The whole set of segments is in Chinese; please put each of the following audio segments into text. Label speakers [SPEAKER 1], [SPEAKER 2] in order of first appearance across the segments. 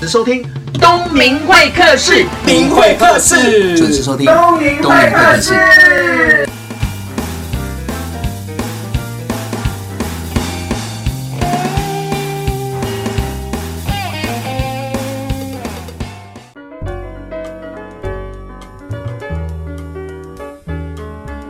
[SPEAKER 1] 时收听东明会客室，
[SPEAKER 2] 明会客室，
[SPEAKER 3] 准时收听
[SPEAKER 1] 东明会客室。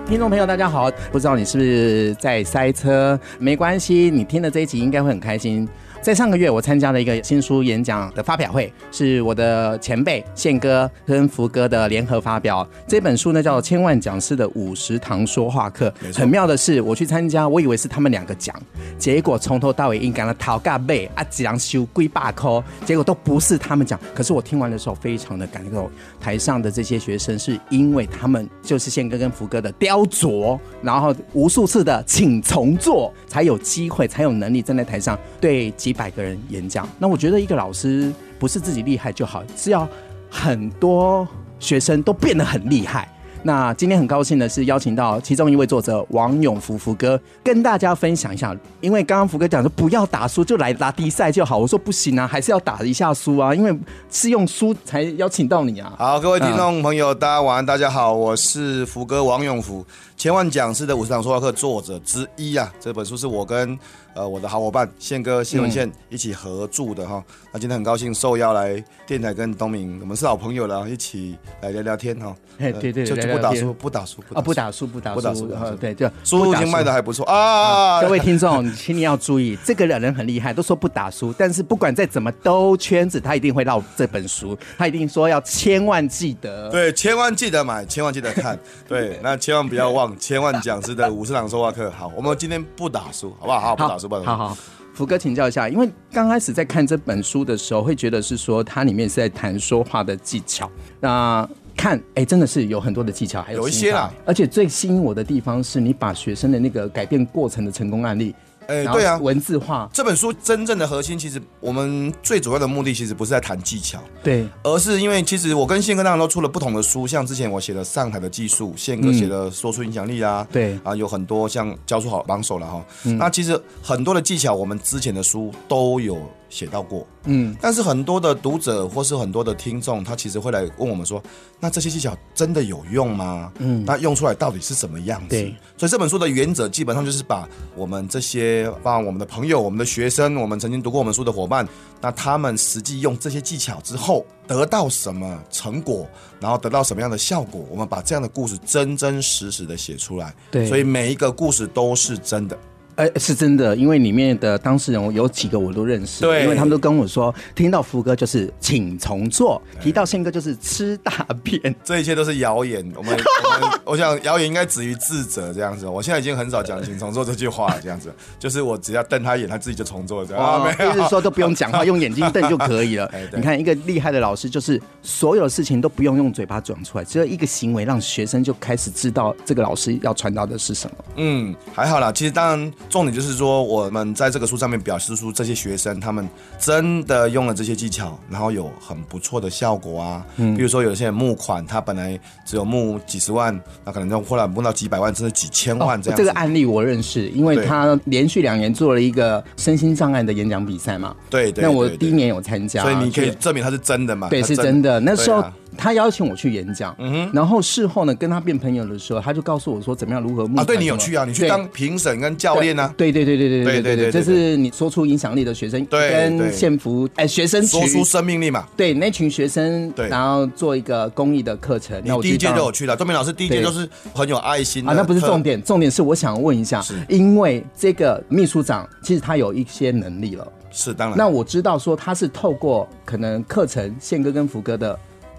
[SPEAKER 2] 听众朋友，大家好！不知道你是不是在塞车？没关系，你听了这一集应该会很开心。在上个月，我参加了一个新书演讲的发表会，是我的前辈宪哥跟福哥的联合发表。这本书呢叫《千万讲师的五十堂说话课》。很妙的是，我去参加，我以为是他们两个讲，结果从头到尾应该了讨尬背啊，讲修龟把抠，结果都不是他们讲。可是我听完的时候非常的感动，台上的这些学生是因为他们就是宪哥跟福哥的雕琢，然后无数次的请重做，才有机会，才有能力站在台上对几百个人演讲。那我觉得一个老师不是自己厉害就好，是要很多学生都变得很厉害。那今天很高兴的是邀请到其中一位作者王永福福哥，跟大家分享一下。因为刚刚福哥讲说不要打输，就来打比赛就好。我说不行啊，还是要打一下输啊，因为是用输才邀请到你啊。
[SPEAKER 3] 好，各位听众朋友，大家晚安，大家好，我是福哥王永福，千万讲师的五十堂说话课作者之一啊。这本书是我跟呃我的好伙伴宪哥谢文宪一起合著的哈。那今天很高兴受邀来电台跟东明，我们是好朋友了，一起来聊聊天哈。
[SPEAKER 2] 嘿对对
[SPEAKER 3] 就
[SPEAKER 2] 聊
[SPEAKER 3] 就
[SPEAKER 2] 聊
[SPEAKER 3] 不打
[SPEAKER 2] 天
[SPEAKER 3] 输，不打输，
[SPEAKER 2] 啊，不打输，不打
[SPEAKER 3] 不打输
[SPEAKER 2] 输，
[SPEAKER 3] 不打输
[SPEAKER 2] 呃对，就
[SPEAKER 3] 输，
[SPEAKER 2] 不
[SPEAKER 3] 书已
[SPEAKER 2] 打
[SPEAKER 3] 经
[SPEAKER 2] 输
[SPEAKER 3] 卖的还不错啊。
[SPEAKER 2] 各位听众，请你要注意，这个人很厉害，都说不打书，但是不管再怎么兜圈子，他一定会绕这本书，他一定说要千万记得。
[SPEAKER 3] 对，千万记得买，千万记 得看。对，那千万不要忘，千万讲师的五十堂说话课。好，我们今天不打输，好不好？好，不打输，不打输。
[SPEAKER 2] 好好，福哥请教一下，因为刚开始在看这本书的时候，会觉得是说它里面是在谈说话的技巧。那看，哎、真的是有很多的技巧，还有
[SPEAKER 3] 有一
[SPEAKER 2] 心
[SPEAKER 3] 些
[SPEAKER 2] 法
[SPEAKER 3] 啦。
[SPEAKER 2] 而且最吸引我的地方是你把学生的那个改变过程的成功案例，
[SPEAKER 3] 哎
[SPEAKER 2] 然后
[SPEAKER 3] 对啊，
[SPEAKER 2] 文字化，
[SPEAKER 3] 这本书真正的核心，其实我们最主要的目的，其实不是在谈技巧，
[SPEAKER 2] 对，
[SPEAKER 3] 而是因为其实我跟宪哥当然都出了不同的书，像之前我写的《上海的技术》，宪哥写的《说出影响力》啊，
[SPEAKER 2] 对
[SPEAKER 3] 啊，有很多像教出好榜首了哈。那其实很多的技巧，我们之前的书都有写到过，
[SPEAKER 2] 嗯，
[SPEAKER 3] 但是很多的读者或是很多的听众，他其实会来问我们说，那这些技巧真的有用吗？嗯，那用出来到底是什么样子？
[SPEAKER 2] 对，
[SPEAKER 3] 所以这本书的原则基本上就是把我们这些，把我们的朋友、我们的学生、我们曾经读过我们书的伙伴，那他们实际用这些技巧之后得到什么成果，然后得到什么样的效果，我们把这样的故事真真实实的写出来。
[SPEAKER 2] 对
[SPEAKER 3] 所以每一个故事都是真的。
[SPEAKER 2] 呃，是真的，因为里面的当事人我有几个我都认识，
[SPEAKER 3] 对
[SPEAKER 2] 因为他们都跟我说，听到福哥就是请重做，提到宪哥就是吃大便，
[SPEAKER 3] 这一切都是谣言。我 们，我们我想谣言应该止于智者这样子。我现在已经很少讲请重做这句话了，这样子，就是我只要瞪他一眼，他自己就重做这样。啊，
[SPEAKER 2] 哦，
[SPEAKER 3] 没有，
[SPEAKER 2] 就是说都不用讲 话，用眼睛瞪就可以了
[SPEAKER 3] 哎。对
[SPEAKER 2] 你看一个厉害的老师，就是所有的事情都不用用嘴巴讲出来，只有一个行为让学生就开始知道这个老师要传达的是什么。
[SPEAKER 3] 嗯，还好啦。其实当然，重点就是说，我们在这个书上面表示出这些学生他们真的用了这些技巧，然后有很不错的效果啊。嗯，比如说有些人募款，他本来只有募几十万，那可能就后来募到几百万，甚至几千万这样子。
[SPEAKER 2] 哦这个案例我认识，因为
[SPEAKER 3] 对
[SPEAKER 2] 他连续两年做了一个身心障碍的演讲比赛嘛。
[SPEAKER 3] 对对
[SPEAKER 2] 那我
[SPEAKER 3] 对对
[SPEAKER 2] 第一年有参加，
[SPEAKER 3] 所以你可以
[SPEAKER 2] 就
[SPEAKER 3] 证明他是真的嘛？
[SPEAKER 2] 对，
[SPEAKER 3] 他
[SPEAKER 2] 是真的。那时候
[SPEAKER 3] 对啊嗯
[SPEAKER 2] 他邀请我去演讲，然后事后呢，跟他变朋友的时候，他就告诉我说怎么样如何募
[SPEAKER 3] 啊，
[SPEAKER 2] 款
[SPEAKER 3] 对你
[SPEAKER 2] 什
[SPEAKER 3] 有
[SPEAKER 2] 么
[SPEAKER 3] 趣啊，你去
[SPEAKER 2] 对
[SPEAKER 3] 当评审跟教练啊，
[SPEAKER 2] 对对对对对对对
[SPEAKER 3] 对对
[SPEAKER 2] 对，
[SPEAKER 3] 对对
[SPEAKER 2] 这是你说出影响力的学生
[SPEAKER 3] 对
[SPEAKER 2] 跟
[SPEAKER 3] 对
[SPEAKER 2] 县服哎学生
[SPEAKER 3] 说出
[SPEAKER 2] 群，
[SPEAKER 3] 生命力嘛。
[SPEAKER 2] 对那群学生，
[SPEAKER 3] 对
[SPEAKER 2] 然后做一个公益的课程。
[SPEAKER 3] 你
[SPEAKER 2] 那我
[SPEAKER 3] 第一
[SPEAKER 2] 就
[SPEAKER 3] 届
[SPEAKER 2] 当
[SPEAKER 3] 就有去了，周明老师第一届
[SPEAKER 2] 对
[SPEAKER 3] 都是很有爱心的
[SPEAKER 2] 啊，那不是
[SPEAKER 3] 特
[SPEAKER 2] 重点，重点是我想问一下，因为这个秘书长其实他有一些能力了，
[SPEAKER 3] 是当然。
[SPEAKER 2] 那我知道说他是透过可能课程宪哥跟福哥的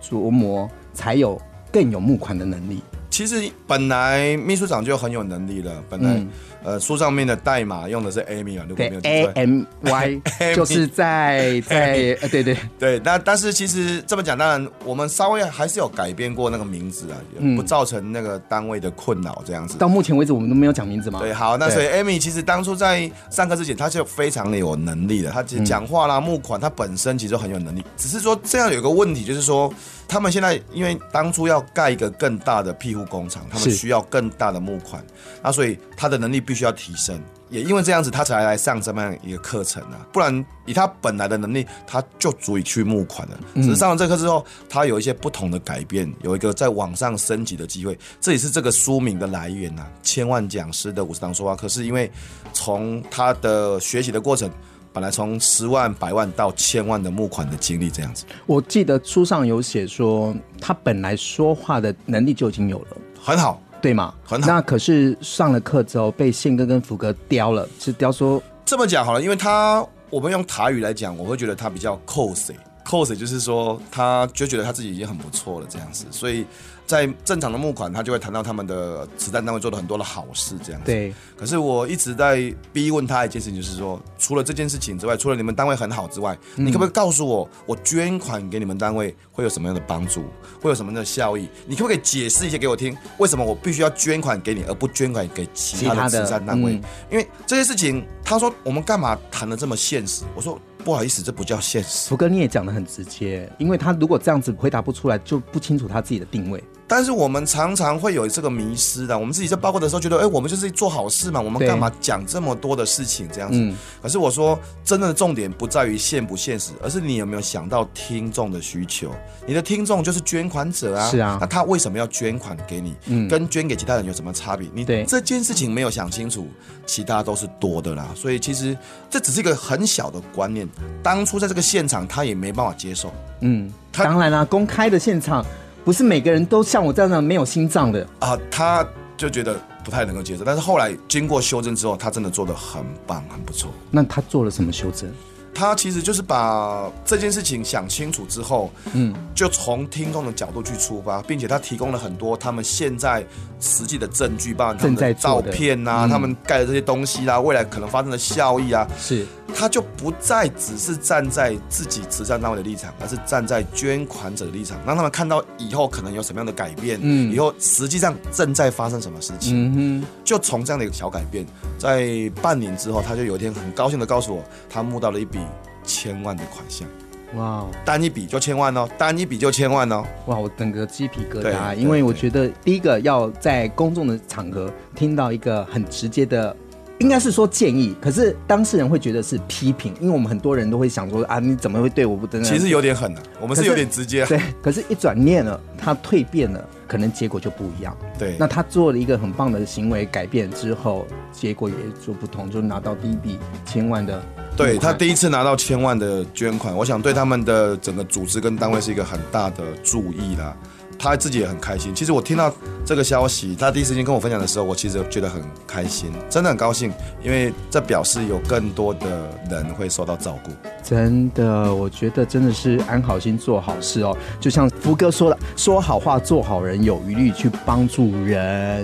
[SPEAKER 2] 琢磨，才有更有募款的能力。
[SPEAKER 3] 其实本来秘书长就很有能力了，本来、呃书上面的代码用的是 Amy 啊，如果
[SPEAKER 2] 嗯对
[SPEAKER 3] 没有记
[SPEAKER 2] ，A
[SPEAKER 3] 错。
[SPEAKER 2] M Y 就是在在呃对对
[SPEAKER 3] 对，那但是其实这么讲，当然我们稍微还是有改变过那个名字啊，也
[SPEAKER 2] 嗯
[SPEAKER 3] 不造成那个单位的困扰这样子。
[SPEAKER 2] 到目前为止我们都没有讲名字嘛。
[SPEAKER 3] 对，啊好，那所以
[SPEAKER 2] 对
[SPEAKER 3] Amy 其实当初在上课之前，她就非常的有能力的，她
[SPEAKER 2] 嗯
[SPEAKER 3] 其实讲话啦、募款，她本身其实很有能力。只是说这样有一个问题，就是说他们现在因为当初要盖一个更大的庇护工厂，他们
[SPEAKER 2] 是
[SPEAKER 3] 需要更大的募款，那所以她的能力必须要提升。也因为这样子，他才来上这么样一个课程啊。不然以他本来的能力，他就足以去募款了。只是上了这课之后，他有一些不同的改变，有一个在网上升级的机会。这也是这个书名的来源呐、啊。千万讲师的五十堂说话课，是因为从他的学习的过程，本来从十万、百万到千万的募款的经历这样子。
[SPEAKER 2] 我记得书上有写说，他本来说话的能力就已经有了，
[SPEAKER 3] 很好，
[SPEAKER 2] 对吗？
[SPEAKER 3] 很好
[SPEAKER 2] 那可是上了课之后，被宪哥跟福哥刁了，是刁说
[SPEAKER 3] 这么讲好了，因为他我们用台语来讲，我会觉得他比较扣谁。扣谁就是说，他就觉得他自己已经很不错了这样子，所以在正常的募款，他就会谈到他们的慈善单位做了很多的好事这样子。
[SPEAKER 2] 对，
[SPEAKER 3] 可是我一直在逼问他一件事情，就是说，除了这件事情之外，除了你们单位很好之外，你可不可以告诉我，我捐款给你们单位会有什么样的帮助，会有什么样的效益？你可不可以解释一下给我听，为什么我必须要捐款给你，而不捐款给其
[SPEAKER 2] 其
[SPEAKER 3] 他
[SPEAKER 2] 他
[SPEAKER 3] 的
[SPEAKER 2] 的
[SPEAKER 3] 慈善单位
[SPEAKER 2] 嗯？
[SPEAKER 3] 因为这些事情，他说我们干嘛谈的这么现实？我说不好意思，这不叫现实。
[SPEAKER 2] 福哥你也讲的很直接，因为他如果这样子回答不出来，就不清楚他自己的定位。
[SPEAKER 3] 但是我们常常会有这个迷失的，我们自己在报告的时候觉得，哎、我们就是做好事嘛，我们
[SPEAKER 2] 对
[SPEAKER 3] 干嘛讲这么多的事情这样子？
[SPEAKER 2] 嗯
[SPEAKER 3] 可是我说，真正的重点不在于现不现实，而是你有没有想到听众的需求。你的听众就是捐款者啊，
[SPEAKER 2] 是啊
[SPEAKER 3] 那他为什么要捐款给你？
[SPEAKER 2] 嗯
[SPEAKER 3] 跟捐给其他人有什么差别？你
[SPEAKER 2] 对
[SPEAKER 3] 这件事情没有想清楚，其他都是多的啦。所以其实这只是一个很小的观念，当初在这个现场他也没办法接受。
[SPEAKER 2] 嗯，
[SPEAKER 3] 他
[SPEAKER 2] 当然啦、公开的现场不是每个人都像我这样的没有心脏的。
[SPEAKER 3] 啊，他就觉得不太能够接受，但是后来经过修正之后，他真的做的很棒，很不错。
[SPEAKER 2] 那他做了什么修正？
[SPEAKER 3] 他其实就是把这件事情想清楚之后，嗯，就从听众的角度去出发，并且他提供了很多他们现在实际的证据，包含他们
[SPEAKER 2] 正在
[SPEAKER 3] 的
[SPEAKER 2] 做
[SPEAKER 3] 照
[SPEAKER 2] 的嗯
[SPEAKER 3] 片呐、他们盖的这些东西啦、未来可能发生的效益啊，
[SPEAKER 2] 是
[SPEAKER 3] 他就不再只是站在自己慈善单位的立场，而是站在捐款者的立场，让他们看到以后可能有什么样的改变，
[SPEAKER 2] 嗯
[SPEAKER 3] 以后实际上正在发生什么事情。
[SPEAKER 2] 嗯
[SPEAKER 3] 就从这样的一个小改变，在半年之后，他就有一天很高兴的告诉我，他募到了一笔千万的款项，
[SPEAKER 2] 哼，哇哦
[SPEAKER 3] 单一笔就千万哦，单一笔就千万哦。
[SPEAKER 2] 哇，我整个鸡皮疙
[SPEAKER 3] 对
[SPEAKER 2] 瘩，啊
[SPEAKER 3] 对
[SPEAKER 2] 因为我
[SPEAKER 3] 对
[SPEAKER 2] 觉得第一个要在公众的场合听到一个很直接的。应该是说建议，可是当事人会觉得是批评，因为我们很多人都会想说啊，你怎么会对我不等等。
[SPEAKER 3] 其实有点狠的、我们是有点直接啊，
[SPEAKER 2] 对，可是一转念了，他蜕变了，可能结果就不一样。
[SPEAKER 3] 对
[SPEAKER 2] 那他做了一个很棒的行为改变之后，结果也就不同，就拿到第一笔千万的
[SPEAKER 3] 对
[SPEAKER 2] 募款
[SPEAKER 3] 他第一次拿到千万的捐款，我想对他们的整个组织跟单位是一个很大的注意啦。他自己也很开心。其实我听到这个消息，他第一时间跟我分享的时候，我其实觉得很开心，真的很高兴，因为这表示有更多的人会受到照顾。
[SPEAKER 2] 真的，我觉得真的是安好心做好事哦。就像福哥说的，说好话，做好人，有余力去帮助人。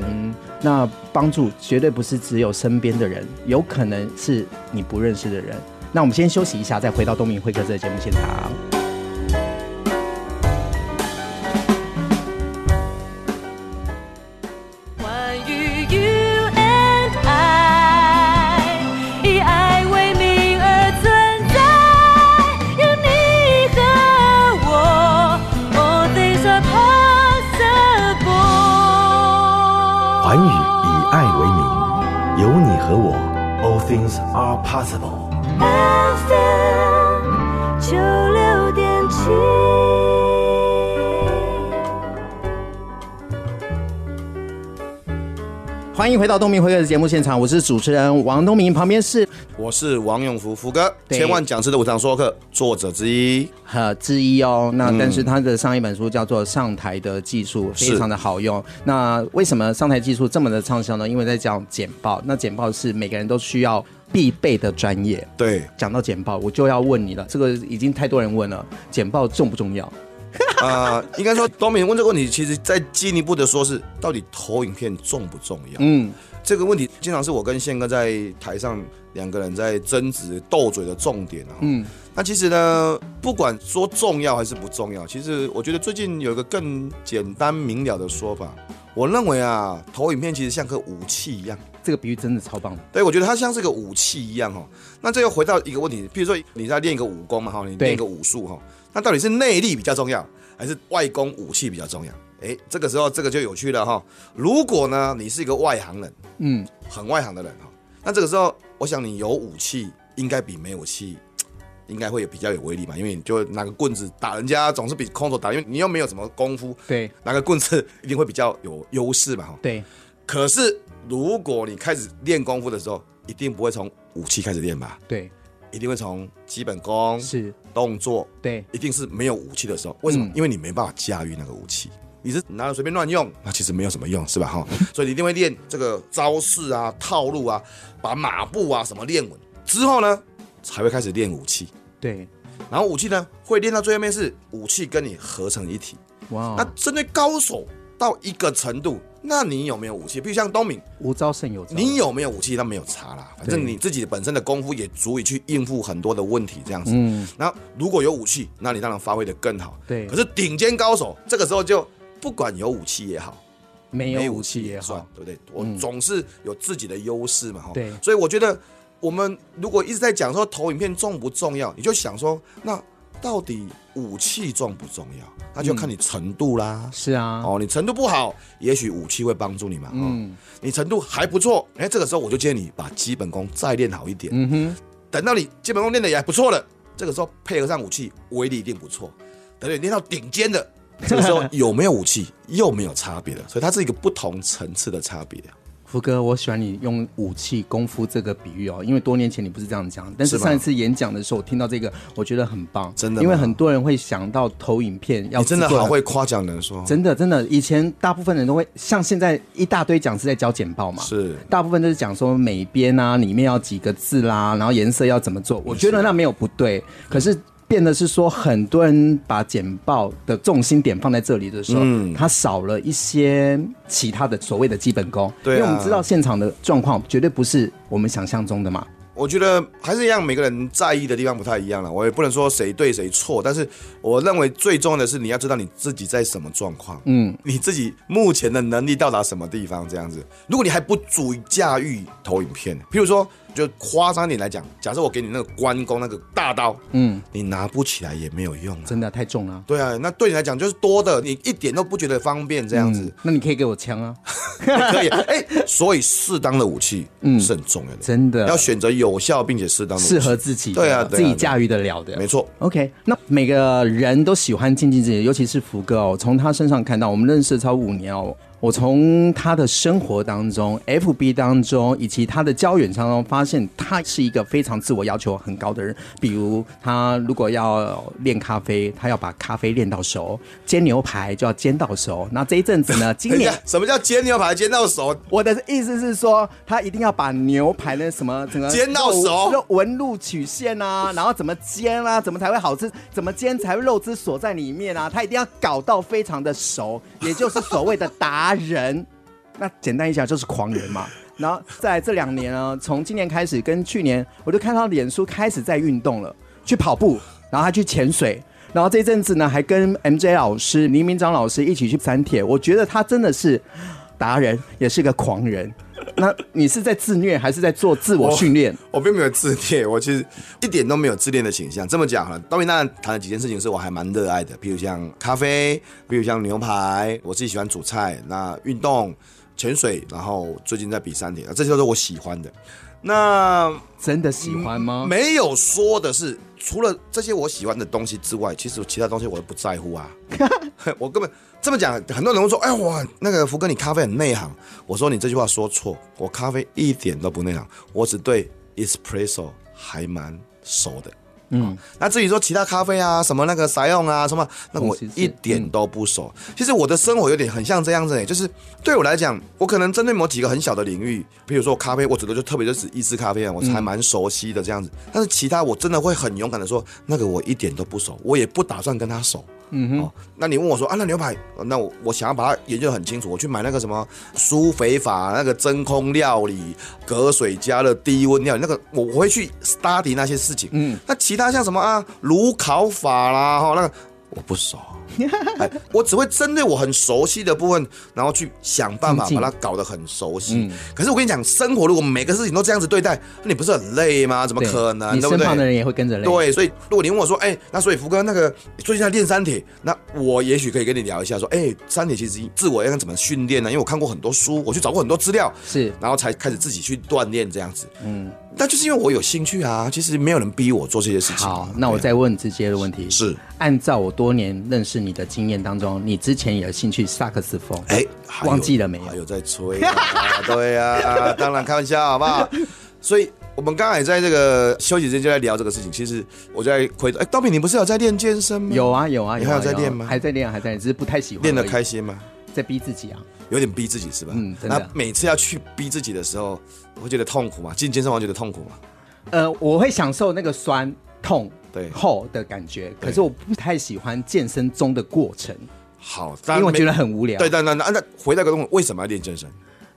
[SPEAKER 2] 那帮助绝对不是只有身边的人，有可能是你不认识的人。那我们先休息一下，再回到东明会客室的节目现场。
[SPEAKER 4] 关于 You and I，以爱为名而存在，有你和我，All things are possible。
[SPEAKER 5] 环宇以爱为名，有你和我，All things are possible。
[SPEAKER 4] FM 九六点七。
[SPEAKER 2] 欢迎回到东明会客室节目现场，我是主持人王东明，旁边是
[SPEAKER 3] 我是王永福福哥，
[SPEAKER 2] 对
[SPEAKER 3] 千万讲师的五堂说课作者之一。
[SPEAKER 2] 呃之一哦。那但是他的上一本书叫做《上台的技术》，
[SPEAKER 3] 嗯是
[SPEAKER 2] 非常的好用。那为什么上台技术这么的畅销呢？因为在讲简报，那简报是每个人都需要必备的专业。
[SPEAKER 3] 对，
[SPEAKER 2] 讲到简报，我就要问你了，这个已经太多人问了，简报重不重要？
[SPEAKER 3] 呃，应该说东明问这个问题，其实再进一步的说是，到底投影片重不重要？
[SPEAKER 2] 嗯，
[SPEAKER 3] 这个问题经常是我跟宪哥在台上两个人在争执斗嘴的重点啊。嗯，那其实呢，不管说重要还是不重要，其实我觉得最近有一个更简单明了的说法。我认为啊，投影片其实像个武器一样。
[SPEAKER 2] 这个比喻真的超棒的。
[SPEAKER 3] 对，我觉得它像是个武器一样哦。那这又回到一个问题，比如说你在练一个武功嘛哈，你
[SPEAKER 2] 对
[SPEAKER 3] 练一个武术哈，那到底是内力比较重要，还是外功武器比较重要？诶，这个时候这个就有趣了哈。如果呢，你是一个外行人，
[SPEAKER 2] 嗯，
[SPEAKER 3] 很外行的人哈，那这个时候，我想你有武器，应该比没武器。应该会有比较有威力嘛，因为你就拿个棍子打人家，总是比空手打，因为你又没有什么功夫，
[SPEAKER 2] 对
[SPEAKER 3] 拿个棍子一定会比较有优势嘛。哈，
[SPEAKER 2] 对，
[SPEAKER 3] 可是如果你开始练功夫的时候，一定不会从武器开始练吧？
[SPEAKER 2] 对，
[SPEAKER 3] 一定会从基本功、
[SPEAKER 2] 是，
[SPEAKER 3] 动作，
[SPEAKER 2] 对，
[SPEAKER 3] 一定是没有武器的时候。为什么？
[SPEAKER 2] 嗯
[SPEAKER 3] 因为你没办法驾驭那个武器，你是拿着随便乱用，那其实没有什么用，是吧？哈，
[SPEAKER 2] 嗯
[SPEAKER 3] 所以你一定会练这个招式啊、套路啊，把马步啊什么练稳之后呢，才会开始练武器。
[SPEAKER 2] 对，
[SPEAKER 3] 然后武器呢，会练到最后面是武器跟你合成一体。
[SPEAKER 2] 哇
[SPEAKER 3] 那
[SPEAKER 2] 哦，
[SPEAKER 3] 针对高手到一个程度，那你有没有武器？比如像东敏，
[SPEAKER 2] 无招胜有招，
[SPEAKER 3] 你有没有武器，那没有差啦。反正
[SPEAKER 2] 对
[SPEAKER 3] 你自己本身的功夫也足以去应付很多的问题，这样子。
[SPEAKER 2] 嗯，
[SPEAKER 3] 然后如果有武器，那你当然发挥的更好。
[SPEAKER 2] 对
[SPEAKER 3] 可是顶尖高手这个时候就不管有武器也好，
[SPEAKER 2] 没
[SPEAKER 3] 没
[SPEAKER 2] 有武器也
[SPEAKER 3] 算
[SPEAKER 2] 好，，
[SPEAKER 3] 对不对？我
[SPEAKER 2] 嗯
[SPEAKER 3] 总是有自己的优势嘛，哈。
[SPEAKER 2] 对
[SPEAKER 3] 所以我觉得我们如果一直在讲说投影片重不重要，你就想说，那到底武器重不重要？那就看你程度啦。
[SPEAKER 2] 是啊，
[SPEAKER 3] 哦，你程度不好，也许武器会帮助你嘛。嗯，
[SPEAKER 2] 嗯
[SPEAKER 3] 你程度还不错，哎，这个时候我就建议你把基本功再练好一点。
[SPEAKER 2] 嗯哼，
[SPEAKER 3] 等到你基本功练的也还不错了，这个时候配合上武器，威力一定不错。等你练到顶尖的，这个时候有没有武器又没有差别了，所以它是一个不同层次的差别。
[SPEAKER 2] 福哥，我喜欢你用武器功夫这个比喻哦，因为多年前你不是这样讲，但是
[SPEAKER 3] 是吧
[SPEAKER 2] 上一次演讲的时候，我听到这个，我觉得很棒，
[SPEAKER 3] 真的吗
[SPEAKER 2] 因为很多人会想到投影片要
[SPEAKER 3] 你真的
[SPEAKER 2] 制作
[SPEAKER 3] 好会夸奖人说，
[SPEAKER 2] 真的真的，以前大部分人都会像现在一大堆讲师在教简报嘛，
[SPEAKER 3] 是
[SPEAKER 2] 大部分都是讲说美编啊，里面要几个字啦，然后颜色要怎么做。
[SPEAKER 3] 啊
[SPEAKER 2] 我觉得那没有不对，可是变的是说，很多人把简报的重心点放在这里的时候，
[SPEAKER 3] 嗯
[SPEAKER 2] 他少了一些其他的所谓的基本功。
[SPEAKER 3] 对啊
[SPEAKER 2] 因为我们知道现场的状况绝对不是我们想象中的嘛。
[SPEAKER 3] 我觉得还是一样，每个人在意的地方不太一样了。我也不能说谁对谁错，但是我认为最重要的是你要知道你自己在什么状况，
[SPEAKER 2] 嗯，
[SPEAKER 3] 你自己目前的能力到达什么地方这样子。如果你还不足以驾驭投影片，譬如说，就夸张点来讲，假设我给你那个关公那个大刀，
[SPEAKER 2] 嗯，
[SPEAKER 3] 你拿不起来也没有用啊。
[SPEAKER 2] 真的太重了。
[SPEAKER 3] 对啊，那对你来讲就是多的，你一点都不觉得方便这样子。
[SPEAKER 2] 嗯，那你可以给我枪啊！
[SPEAKER 3] 可以，哎、所以适当的武器是很重要的，
[SPEAKER 2] 嗯真的
[SPEAKER 3] 要选择有效并且适当的武器
[SPEAKER 2] 适合自己的，
[SPEAKER 3] 对啊，对啊
[SPEAKER 2] 自己
[SPEAKER 3] 对啊
[SPEAKER 2] 驾驭得了的，
[SPEAKER 3] 没错。
[SPEAKER 2] OK，那每个人都喜欢静静自己，尤其是福哥哦。从他身上看到，我们认识超五年哦。我从他的生活当中、FB 当中以及他的交友当中，发现他是一个非常自我要求很高的人。比如，他如果要练咖啡，他要把咖啡练到熟；煎牛排就要煎到熟。那这一阵子呢，今
[SPEAKER 3] 等一
[SPEAKER 2] 年
[SPEAKER 3] 下，什么叫煎牛排煎到手？
[SPEAKER 2] 我的意思是说，他一定要把牛排的什么整个
[SPEAKER 3] 煎到熟
[SPEAKER 2] 肉纹路曲线啊，然后怎么煎啊，怎么才会好吃，怎么煎才会肉汁锁在里面啊，他一定要搞到非常的熟，也就是所谓的达人。那简单一讲就是狂人 嘛。然后在这两年呢，从今年开始跟去年，我就看到脸书开始在运动了，去跑步，然后他去潜水。然后这阵子呢，还跟 MJ 老师、黎明章老师一起去删帖，我觉得他真的是达人，也是个狂人。 那你是在自虐还是在做自我训练？
[SPEAKER 3] 我并没有自恋，我其实一点都没有自恋的倾向。这么讲好了，当然当然谈了几件事情是我还蛮热爱的，譬如像咖啡，譬如像牛排，我自己喜欢煮菜，那运动、潜水，然后最近在比三铁，这些都是我喜欢的。那
[SPEAKER 2] 真的喜欢吗？
[SPEAKER 3] 没有说的是，除了这些我喜欢的东西之外，其实其他东西我都不在乎啊。 我根本这么讲，很多人会说：“哎哇，那个福哥，你咖啡很内行。”我说你这句话说错，我咖啡一点都不内行，我只对 espresso 还蛮熟的。
[SPEAKER 2] 嗯，
[SPEAKER 3] 那至于说其他咖啡啊，什么那个啥用啊，什么那个我
[SPEAKER 2] 东西是
[SPEAKER 3] 一点都不熟。其实我的生活有点很像这样子、欸，就是对我来讲，我可能针对某几个很小的领域，比如说咖啡，我指的就特别就是意式咖啡啊，我还蛮熟悉的这样子。但是其他我真的会很勇敢的说，那个我一点都不熟，我也不打算跟他熟。嗯哼、哦，那你问我说啊，那牛排，呃那我我想要把它研究得很清楚，我去买那个什么苏肥法那个真空料理、隔水加热、低温料理，那个我我会去 study 那些事情。嗯，那其他像什么啊，炉烤法啦，哈、那个我 不熟，哎，我只会针对我很熟悉的部分，然后去想办法
[SPEAKER 2] 精进嗯
[SPEAKER 3] 把它搞得很熟悉。可是我跟你讲，生活如果每个事情都这样子对待，那你不是很累吗？怎么
[SPEAKER 2] 对
[SPEAKER 3] 可能？
[SPEAKER 2] 你
[SPEAKER 3] 对不
[SPEAKER 2] 身
[SPEAKER 3] 对？
[SPEAKER 2] 旁的人也会跟着累。
[SPEAKER 3] 对，所以如果你问我说，哎、那所以福哥那个最近在练三铁，那我也许可以跟你聊一下，说，哎、三铁其实自我要怎么训练呢？因为我看过很多书，我去找过很多资料，
[SPEAKER 2] 是
[SPEAKER 3] 然后才开始自己去锻炼这样子。嗯，那就是因为我有兴趣啊，其实没有人逼我做这些事情。
[SPEAKER 2] 好，那我
[SPEAKER 3] 对啊
[SPEAKER 2] 再问直接的问题：
[SPEAKER 3] 是，
[SPEAKER 2] 按照我多年认识你的经验当中，你之前也有兴趣萨克斯风？
[SPEAKER 3] 哎、还 有
[SPEAKER 2] 忘记了没有
[SPEAKER 3] 还有在吹啊、 对呀、当然开玩笑，好 不好？所以。我们刚才在这个休息时间就在聊这个事情，其实我就在回，哎、刀品，你不是有在练健身吗？
[SPEAKER 2] 有啊有啊
[SPEAKER 3] 你
[SPEAKER 2] 有
[SPEAKER 3] 还
[SPEAKER 2] 啊，
[SPEAKER 3] 有在
[SPEAKER 2] 啊
[SPEAKER 3] 练吗
[SPEAKER 2] 还在练，还在练，只是不太喜欢而已。
[SPEAKER 3] 练得开心吗？
[SPEAKER 2] 在逼自己啊。
[SPEAKER 3] 有点逼自己是吧？
[SPEAKER 2] 嗯真的
[SPEAKER 3] 那每次要去逼自己的时候，会觉得痛苦嘛？进健身房觉得痛苦嘛？
[SPEAKER 2] 呃，我会享受那个酸痛
[SPEAKER 3] 对
[SPEAKER 2] 后的感觉，
[SPEAKER 3] 对
[SPEAKER 2] 可是我不太喜欢健身中的过程，
[SPEAKER 3] 好，
[SPEAKER 2] 因
[SPEAKER 3] 因
[SPEAKER 2] 为我觉得很无聊。
[SPEAKER 3] 对，但那那那回到个东，为什么要练健身？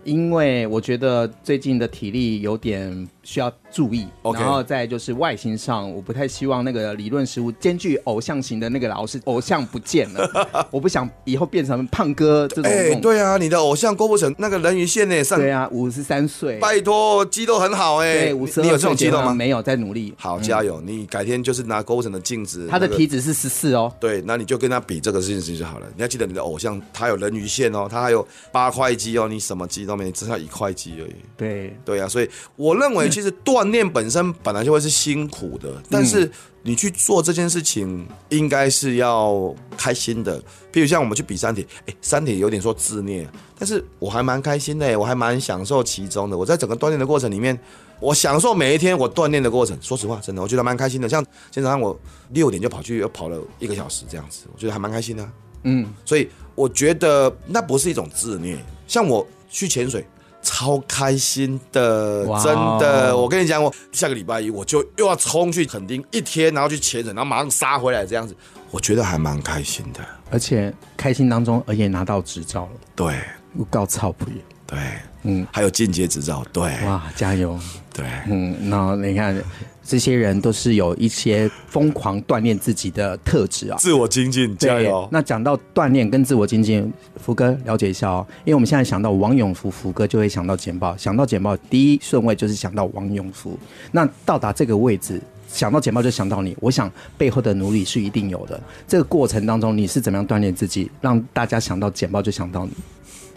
[SPEAKER 2] 因为我觉得最近的体力有点需要注意
[SPEAKER 3] OK
[SPEAKER 2] 然后再就是外形上，我不太希望那个理论失误兼具偶像型的那个老师偶像不见 了，我不想以后变成胖哥这种。
[SPEAKER 3] 哎、对啊，你的偶像郭富城那个人鱼线呢？上、
[SPEAKER 2] 对啊，五十三岁，
[SPEAKER 3] 拜托，肌肉很好
[SPEAKER 2] 对
[SPEAKER 3] 哎、你
[SPEAKER 2] 五十
[SPEAKER 3] 你有
[SPEAKER 2] 二
[SPEAKER 3] 这种
[SPEAKER 2] 岁结
[SPEAKER 3] 肌肉
[SPEAKER 2] 婚
[SPEAKER 3] 吗？
[SPEAKER 2] 没有在努力，
[SPEAKER 3] 好，加油！你改天就是拿郭富城的镜子，
[SPEAKER 2] 他的
[SPEAKER 3] 那个
[SPEAKER 2] 体脂是十四哦。
[SPEAKER 3] 对，那你就跟他比这个事情就好了。你要记得你的偶像，他有人鱼线哦，他还有八块肌哦，你什么肌都没，只有一块肌而已。
[SPEAKER 2] 对，
[SPEAKER 3] 对啊，所以我认为其实锻炼本身本来就会是辛苦的，但是你去做这件事情应该是要开心的。譬如像我们去比三铁，哎，三铁有点说自虐，但是我还蛮开心的耶，我还蛮享受其中的。我在整个锻炼的过程里面，我享受每一天我锻炼的过程。说实话，真的，我觉得蛮开心的。像今天早上我六点就跑去，又跑了一个小时这样子，我觉得还蛮开心的啊、
[SPEAKER 2] 嗯，
[SPEAKER 3] 所以我觉得那不是一种自虐。像我去潜水，超开心的，
[SPEAKER 2] 哇
[SPEAKER 3] 真
[SPEAKER 2] 哦
[SPEAKER 3] 的。我跟你讲，我下个礼拜一我就又要冲去垦丁一天，然后去潜水，然后马上杀回来，这样子，我觉得还蛮开心的。
[SPEAKER 2] 而且开心当中，而且拿到执照了，
[SPEAKER 3] 对
[SPEAKER 2] 我告操不也？
[SPEAKER 3] 对，
[SPEAKER 2] 嗯
[SPEAKER 3] 嗯，还有进阶执照，对
[SPEAKER 2] 哇，加油！
[SPEAKER 3] 对。
[SPEAKER 2] 嗯，然后你看，这些人都是有一些疯狂锻炼自己的特质啊。
[SPEAKER 3] 自我精进，加油
[SPEAKER 2] 对！那讲到锻炼跟自我精进，福哥了解一下哦，因为我们现在想到王永福，福哥就会想到简报，想到简报第一顺位就是想到王永福。那到达这个位置，想到简报就想到你，我想背后的努力是一定有的。这个过程当中，你是怎么样锻炼自己，让大家想到简报就想到你？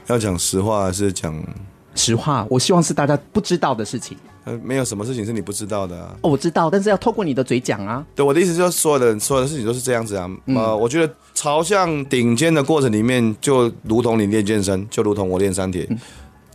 [SPEAKER 3] 要讲实话还是讲，
[SPEAKER 2] 实话，我希望是大家不知道的事情。
[SPEAKER 3] 呃，没有什么事情是你不知道的、啊。
[SPEAKER 2] 哦，我知道，但是要透过你的嘴讲啊。
[SPEAKER 3] 对，我的意思就是，所有的人、所有的事情都是这样子啊。呃，我觉得朝向顶尖的过程里面，就如同你练健身，就如同我练三铁，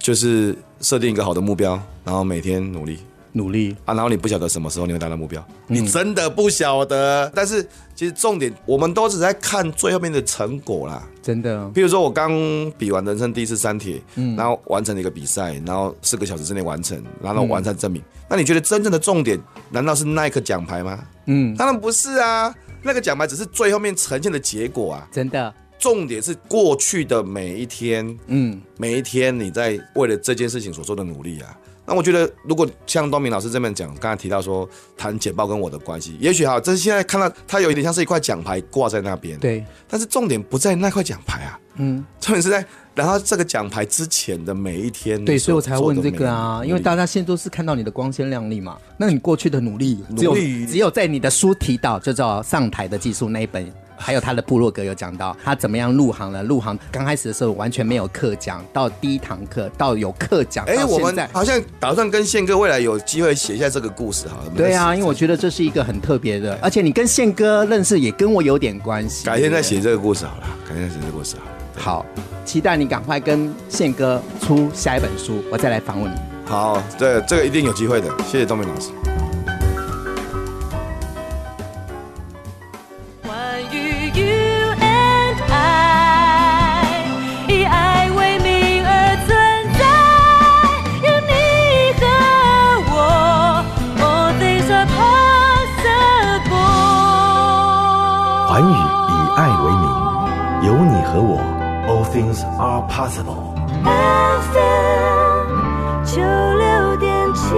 [SPEAKER 3] 就是设定一个好的目标，然后每天努力
[SPEAKER 2] 努力，
[SPEAKER 3] 啊。然后你不晓得什么时候你会达到目标，你真的不晓得。但是其实重点，我们都只在看最后面的成果啦。
[SPEAKER 2] 真的
[SPEAKER 3] 譬如说，我刚比完人生第一次三铁，然后完成了一个比赛，然后四个小时之内完成，然后完善证明。那你觉得真正的重点，难道是那一颗奖牌吗？嗯，当然不是啊，那个奖牌只是最后面呈现的结果啊。
[SPEAKER 2] 真的，
[SPEAKER 3] 重点是过去的每一天，
[SPEAKER 2] 嗯，
[SPEAKER 3] 每一天你在为了这件事情所做的努力啊。那我觉得，如果像东明老师这边讲，刚才提到说谈简报跟我的关系，也许哈，这是现在看到它有一点像是一块奖牌挂在那边，
[SPEAKER 2] 对，
[SPEAKER 3] 但是重点不在那块奖牌啊，
[SPEAKER 2] 嗯，
[SPEAKER 3] 重点是在然后这个奖牌之前的每一天，
[SPEAKER 2] 对，嗯
[SPEAKER 3] 你
[SPEAKER 2] 所以我才问这个
[SPEAKER 3] 做的
[SPEAKER 2] 啊，
[SPEAKER 3] 每一
[SPEAKER 2] 因为大
[SPEAKER 3] 努力
[SPEAKER 2] 家现在都是看到你的光鲜亮丽嘛，那你过去的努力，只有
[SPEAKER 3] 努力
[SPEAKER 2] 只有在你的书提到，就叫《上台的技术》那一 本。还有他的部落格有讲到他怎么样入行了，入行刚开始的时候完全没有课讲，到第一堂课到有课讲，
[SPEAKER 3] 哎，
[SPEAKER 2] 到
[SPEAKER 3] 我
[SPEAKER 2] 现
[SPEAKER 3] 们
[SPEAKER 2] 在，
[SPEAKER 3] 好像打算跟宪哥未来有机会写一下这个故事哈。我们
[SPEAKER 2] 对啊，因为我觉得这是一个很特别的，而且你跟宪哥认识也跟我有点关系，
[SPEAKER 3] 改天再
[SPEAKER 2] 对
[SPEAKER 3] 写这个故事好了，改天再写这个故事好了。
[SPEAKER 2] 不对。好，期待你赶快跟宪哥出下一本书，我再来访问你。
[SPEAKER 3] 好，对，这个一定有机会的，谢谢东明老师。
[SPEAKER 4] 关于 you and I，以爱为名而存在，有你和我，All things are possible。
[SPEAKER 5] 环宇以爱为名，有你和我，All things are possible。
[SPEAKER 4] FM 九六点七。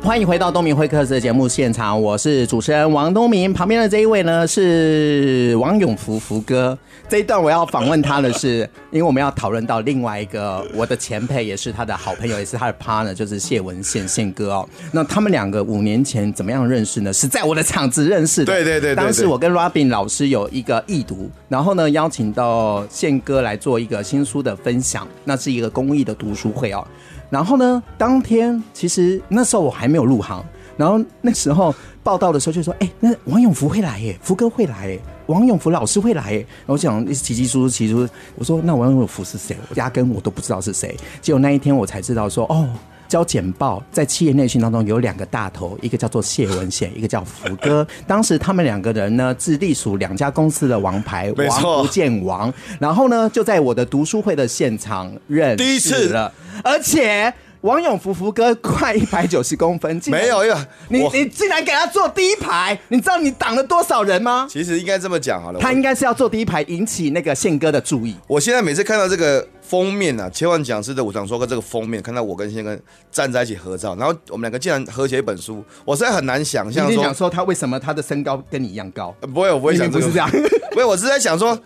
[SPEAKER 2] 欢迎回到东明会客室的节目现场，我是主持人王东明，旁边的这一位呢是王永福福哥。这一段我要访问他的是，因为我们要讨论到另外一个我的前辈，也是他的好朋友，也是他的 partner，就是谢文宪宪哥哦。那他们两个五年前怎么样认识呢？是在我的场子认识的。
[SPEAKER 3] 对对对对对
[SPEAKER 2] 当时我跟 Robin 老师有一个义读，然后呢邀请到宪哥来做一个新书的分享，那是一个公益的读书会哦。然后呢，当天其实那时候我还没有入行，然后那时候报道的时候就说，哎、那王永福会来耶，福哥会来耶，王永福老师会来耶。然后我想一直奇奇叔叔，奇叔，我说那王永福是谁？我压根我都不知道是谁。结果那一天我才知道说，哦。交简报在企业内训当中有两个大头，一个叫做谢文贤，一个叫福 哥。当时他们两个人呢，是隶属两家公司的王牌，
[SPEAKER 3] 没
[SPEAKER 2] 王
[SPEAKER 3] 错
[SPEAKER 2] 福建王。然后呢，就在我的读书会的现场认识
[SPEAKER 3] 第一次
[SPEAKER 2] 了。而且王永福福哥快一百九十公分，竟然
[SPEAKER 3] 没有，因为
[SPEAKER 2] 你
[SPEAKER 3] 我
[SPEAKER 2] 你竟然给他坐第一排，你知道你挡了多少人吗？
[SPEAKER 3] 其实应该这么讲好了。
[SPEAKER 2] 他
[SPEAKER 3] 我
[SPEAKER 2] 应该是要坐第一排，引起那个宪哥的注意。
[SPEAKER 3] 我现在每次看到这个封面啊，千万讲师的武场说哥这个封面，看到我跟宪哥站在一起合照，然后我们两个竟然合写一本书，我实在很难想
[SPEAKER 2] 你一
[SPEAKER 3] 象
[SPEAKER 2] 定
[SPEAKER 3] 说
[SPEAKER 2] 想说他为什么他的身高跟你一样高？
[SPEAKER 3] 呃不会，我不会
[SPEAKER 2] 明
[SPEAKER 3] 想
[SPEAKER 2] 明不是这样，
[SPEAKER 3] 不是，我是在想说，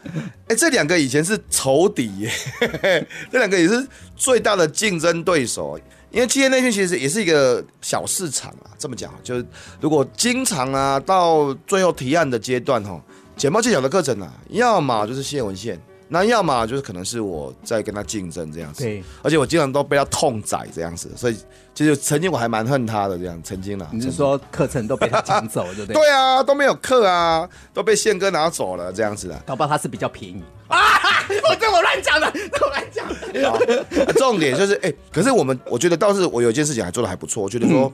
[SPEAKER 3] 哎、这两个以前是仇敌耶， 这两个也是最大的竞争对手。因为企业内训其实也是一个小市场啊，这么讲就是，如果经常啊到最后提案的阶段哈、哦，简报技巧的课程啊，要么就是谢文宪，那要么就是可能是我在跟他竞争这样子。
[SPEAKER 2] 对，
[SPEAKER 3] 而且我经常都被他痛宰这样子，所以其实曾经我还蛮恨他的这样，曾经啦。啊
[SPEAKER 2] 你
[SPEAKER 3] 曾
[SPEAKER 2] 是
[SPEAKER 3] 经
[SPEAKER 2] 说课程都被他抢走，对不对？
[SPEAKER 3] 对啊，都没有课啊，都被宪哥拿走了这样子的。啊
[SPEAKER 2] 搞不好他是比较便宜啊！我这我乱讲的，这我乱讲的。
[SPEAKER 3] 啊重点就是，哎、可是我们，我觉得倒是我有一件事情还做的还不错，我觉得说，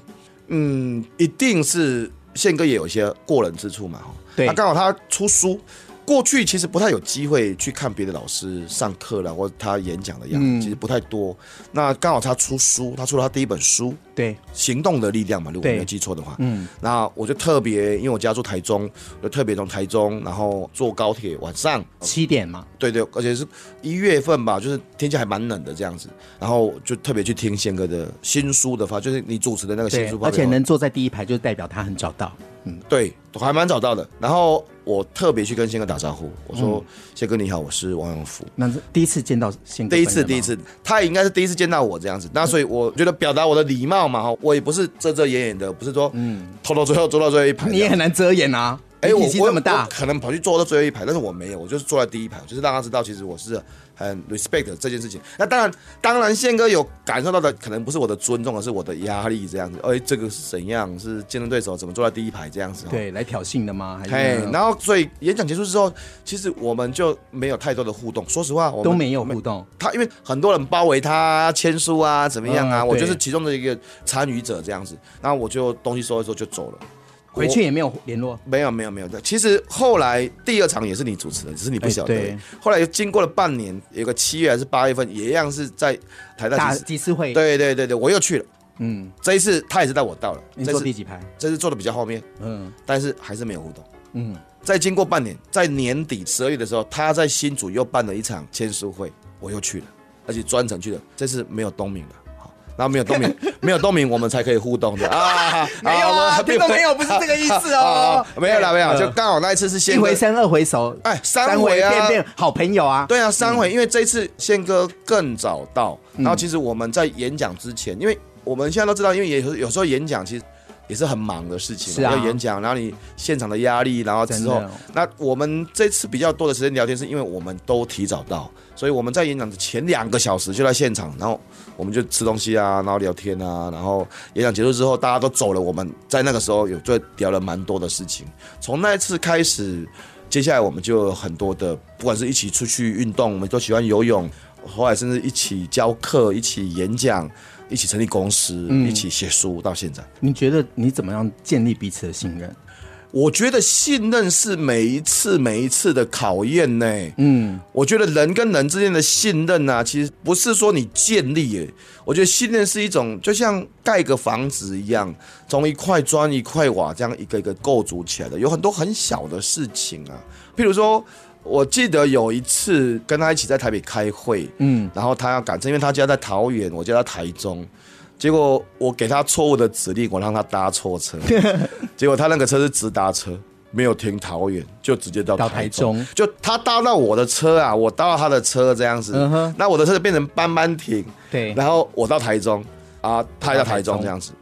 [SPEAKER 3] 嗯一定是宪哥也有一些过人之处嘛，哈
[SPEAKER 2] 对
[SPEAKER 3] 那刚好他出书，过去其实不太有机会去看别的老师上课了，或他演讲的样
[SPEAKER 2] 嗯
[SPEAKER 3] 子，其实不太多。那刚好他出书，他出了他第一本书，
[SPEAKER 2] 对，
[SPEAKER 3] 行动的力量嘛，如果
[SPEAKER 2] 对
[SPEAKER 3] 我没有记错的话。嗯，那我就特别，因为我家住台中，我就特别从台中，然后坐高铁晚上，
[SPEAKER 2] 七点嘛，
[SPEAKER 3] 对对，而且是一月份吧，就是天气还蛮冷的这样子，然后就特别去听宪哥的新书的发，就是你主持的那个新
[SPEAKER 2] 对
[SPEAKER 3] 书，发
[SPEAKER 2] 而且
[SPEAKER 3] 表会
[SPEAKER 2] 能坐在第一排就代表他很早到。
[SPEAKER 3] 对，我还蛮早到的。然后我特别去跟宪哥打招呼，我说：“宪、哥你好，我是王永福。”嗯
[SPEAKER 2] 那是第一次见到宪哥，
[SPEAKER 3] 第一次，第一，次，他也应该是第一次见到我这样子，那所以我觉得表达我的礼貌嘛，哈，我也不是遮遮掩掩的，不是说嗯，偷到最后坐到最后一排这样，
[SPEAKER 2] 你也很难遮掩啊。
[SPEAKER 3] 哎、
[SPEAKER 2] 你
[SPEAKER 3] 我
[SPEAKER 2] 体积这么
[SPEAKER 3] 我
[SPEAKER 2] 大
[SPEAKER 3] 我，可能跑去坐到最后一排，但是我没有，我就是坐在第一排，就是让他知道其实我是很 respect 这件事情。那当然，当然宪哥有感受到的，可能不是我的尊重，而是我的压力这样子。哎、这个是怎样？是竞争对手怎么坐在第一排这样子？。哦
[SPEAKER 2] 对，嗯来挑衅的吗？还
[SPEAKER 3] 嘿
[SPEAKER 2] 是，
[SPEAKER 3] 然后所以演讲结束之后，其实我们就没有太多的互动。说实话，我们
[SPEAKER 2] 都没有互动。
[SPEAKER 3] 他因为很多人包围他签书啊，怎么样啊？
[SPEAKER 2] 嗯
[SPEAKER 3] 我
[SPEAKER 2] 对
[SPEAKER 3] 就是其中的一个参与者这样子。然后我就东西收一收就走了，
[SPEAKER 2] 回去也没有联络。
[SPEAKER 3] 没有没有没有，其实后来第二场也是你主持的，只是你不晓得。
[SPEAKER 2] 哎对
[SPEAKER 3] 后来又经过了半年，有个七月还是八月份，也一样是在台大
[SPEAKER 2] 打
[SPEAKER 3] 集市。
[SPEAKER 2] 几次会？，
[SPEAKER 3] 对对对对，我又去了。
[SPEAKER 2] 嗯，
[SPEAKER 3] 这一次他也是带我到了，
[SPEAKER 2] 你
[SPEAKER 3] 这
[SPEAKER 2] 坐第
[SPEAKER 3] 次
[SPEAKER 2] 几排？
[SPEAKER 3] 这次坐的比较后面，
[SPEAKER 2] 嗯
[SPEAKER 3] 但是还是没有互动。
[SPEAKER 2] 嗯，
[SPEAKER 3] 再经过半年，在年底十二月的时候，他在新竹又办了一场签书会，我又去了，而且专程去了。这次没有东明了，好，然后没有东明，没有东明，我们才可以互动的啊。
[SPEAKER 2] 没有啊
[SPEAKER 3] 好我
[SPEAKER 2] 听众朋友不是这个意思哦
[SPEAKER 3] 啊没有啦，没有啦，
[SPEAKER 2] 对
[SPEAKER 3] 就刚好那一次是
[SPEAKER 2] 一
[SPEAKER 3] 先
[SPEAKER 2] 回生，二回熟，
[SPEAKER 3] 哎三回啊
[SPEAKER 2] 变变好朋友啊。
[SPEAKER 3] 对啊，三回，因为这次宪哥更早到，
[SPEAKER 2] 嗯
[SPEAKER 3] 然后其实我们在演讲之前，因为我们现在都知道，因为也有有时候演讲其实也是很忙的事情，
[SPEAKER 2] 是啊
[SPEAKER 3] 要演讲，然后你现场的压力，然后之
[SPEAKER 2] 真的，
[SPEAKER 3] 后
[SPEAKER 2] 哦
[SPEAKER 3] 那我们这次比较多的时间聊天，是因为我们都提早到，所以我们在演讲的前两个小时就在现场，然后我们就吃东西啊，然后聊天啊，然后演讲结束之后大家都走了，我们在那个时候有就聊了蛮多的事情，从那一次开始。接下来我们就有很多的，不管是一起出去运动，我们都喜欢游泳，后来甚至一起教课、一起演讲、一起成立公司、
[SPEAKER 2] 嗯
[SPEAKER 3] 一起写书，到现在，
[SPEAKER 2] 你觉得你怎么样建立彼此的信任？
[SPEAKER 3] 我觉得信任是每一次每一次的考验呢、
[SPEAKER 2] 嗯，
[SPEAKER 3] 我觉得人跟人之间的信任啊，其实不是说你建立耶，我觉得信任是一种，就像盖个房子一样，从一块砖、一块瓦这样一个一个构筑起来的，有很多很小的事情啊，譬如说。我记得有一次跟他一起在台北开会，嗯，然后他要赶车，因为他家在桃园，我家在台中，结果我给他错误的指令，我让他搭 错车，结果他那个车是直达车，没有停桃园，就直接到
[SPEAKER 2] 到
[SPEAKER 3] 台
[SPEAKER 2] 台中
[SPEAKER 3] 就他搭到我的车啊，我搭到他的车这样子，
[SPEAKER 2] 嗯哼
[SPEAKER 3] 那我的车就变成斑斑停，
[SPEAKER 2] 对
[SPEAKER 3] 然后我到台中啊，他也到台
[SPEAKER 2] 到台中
[SPEAKER 3] 中这样子，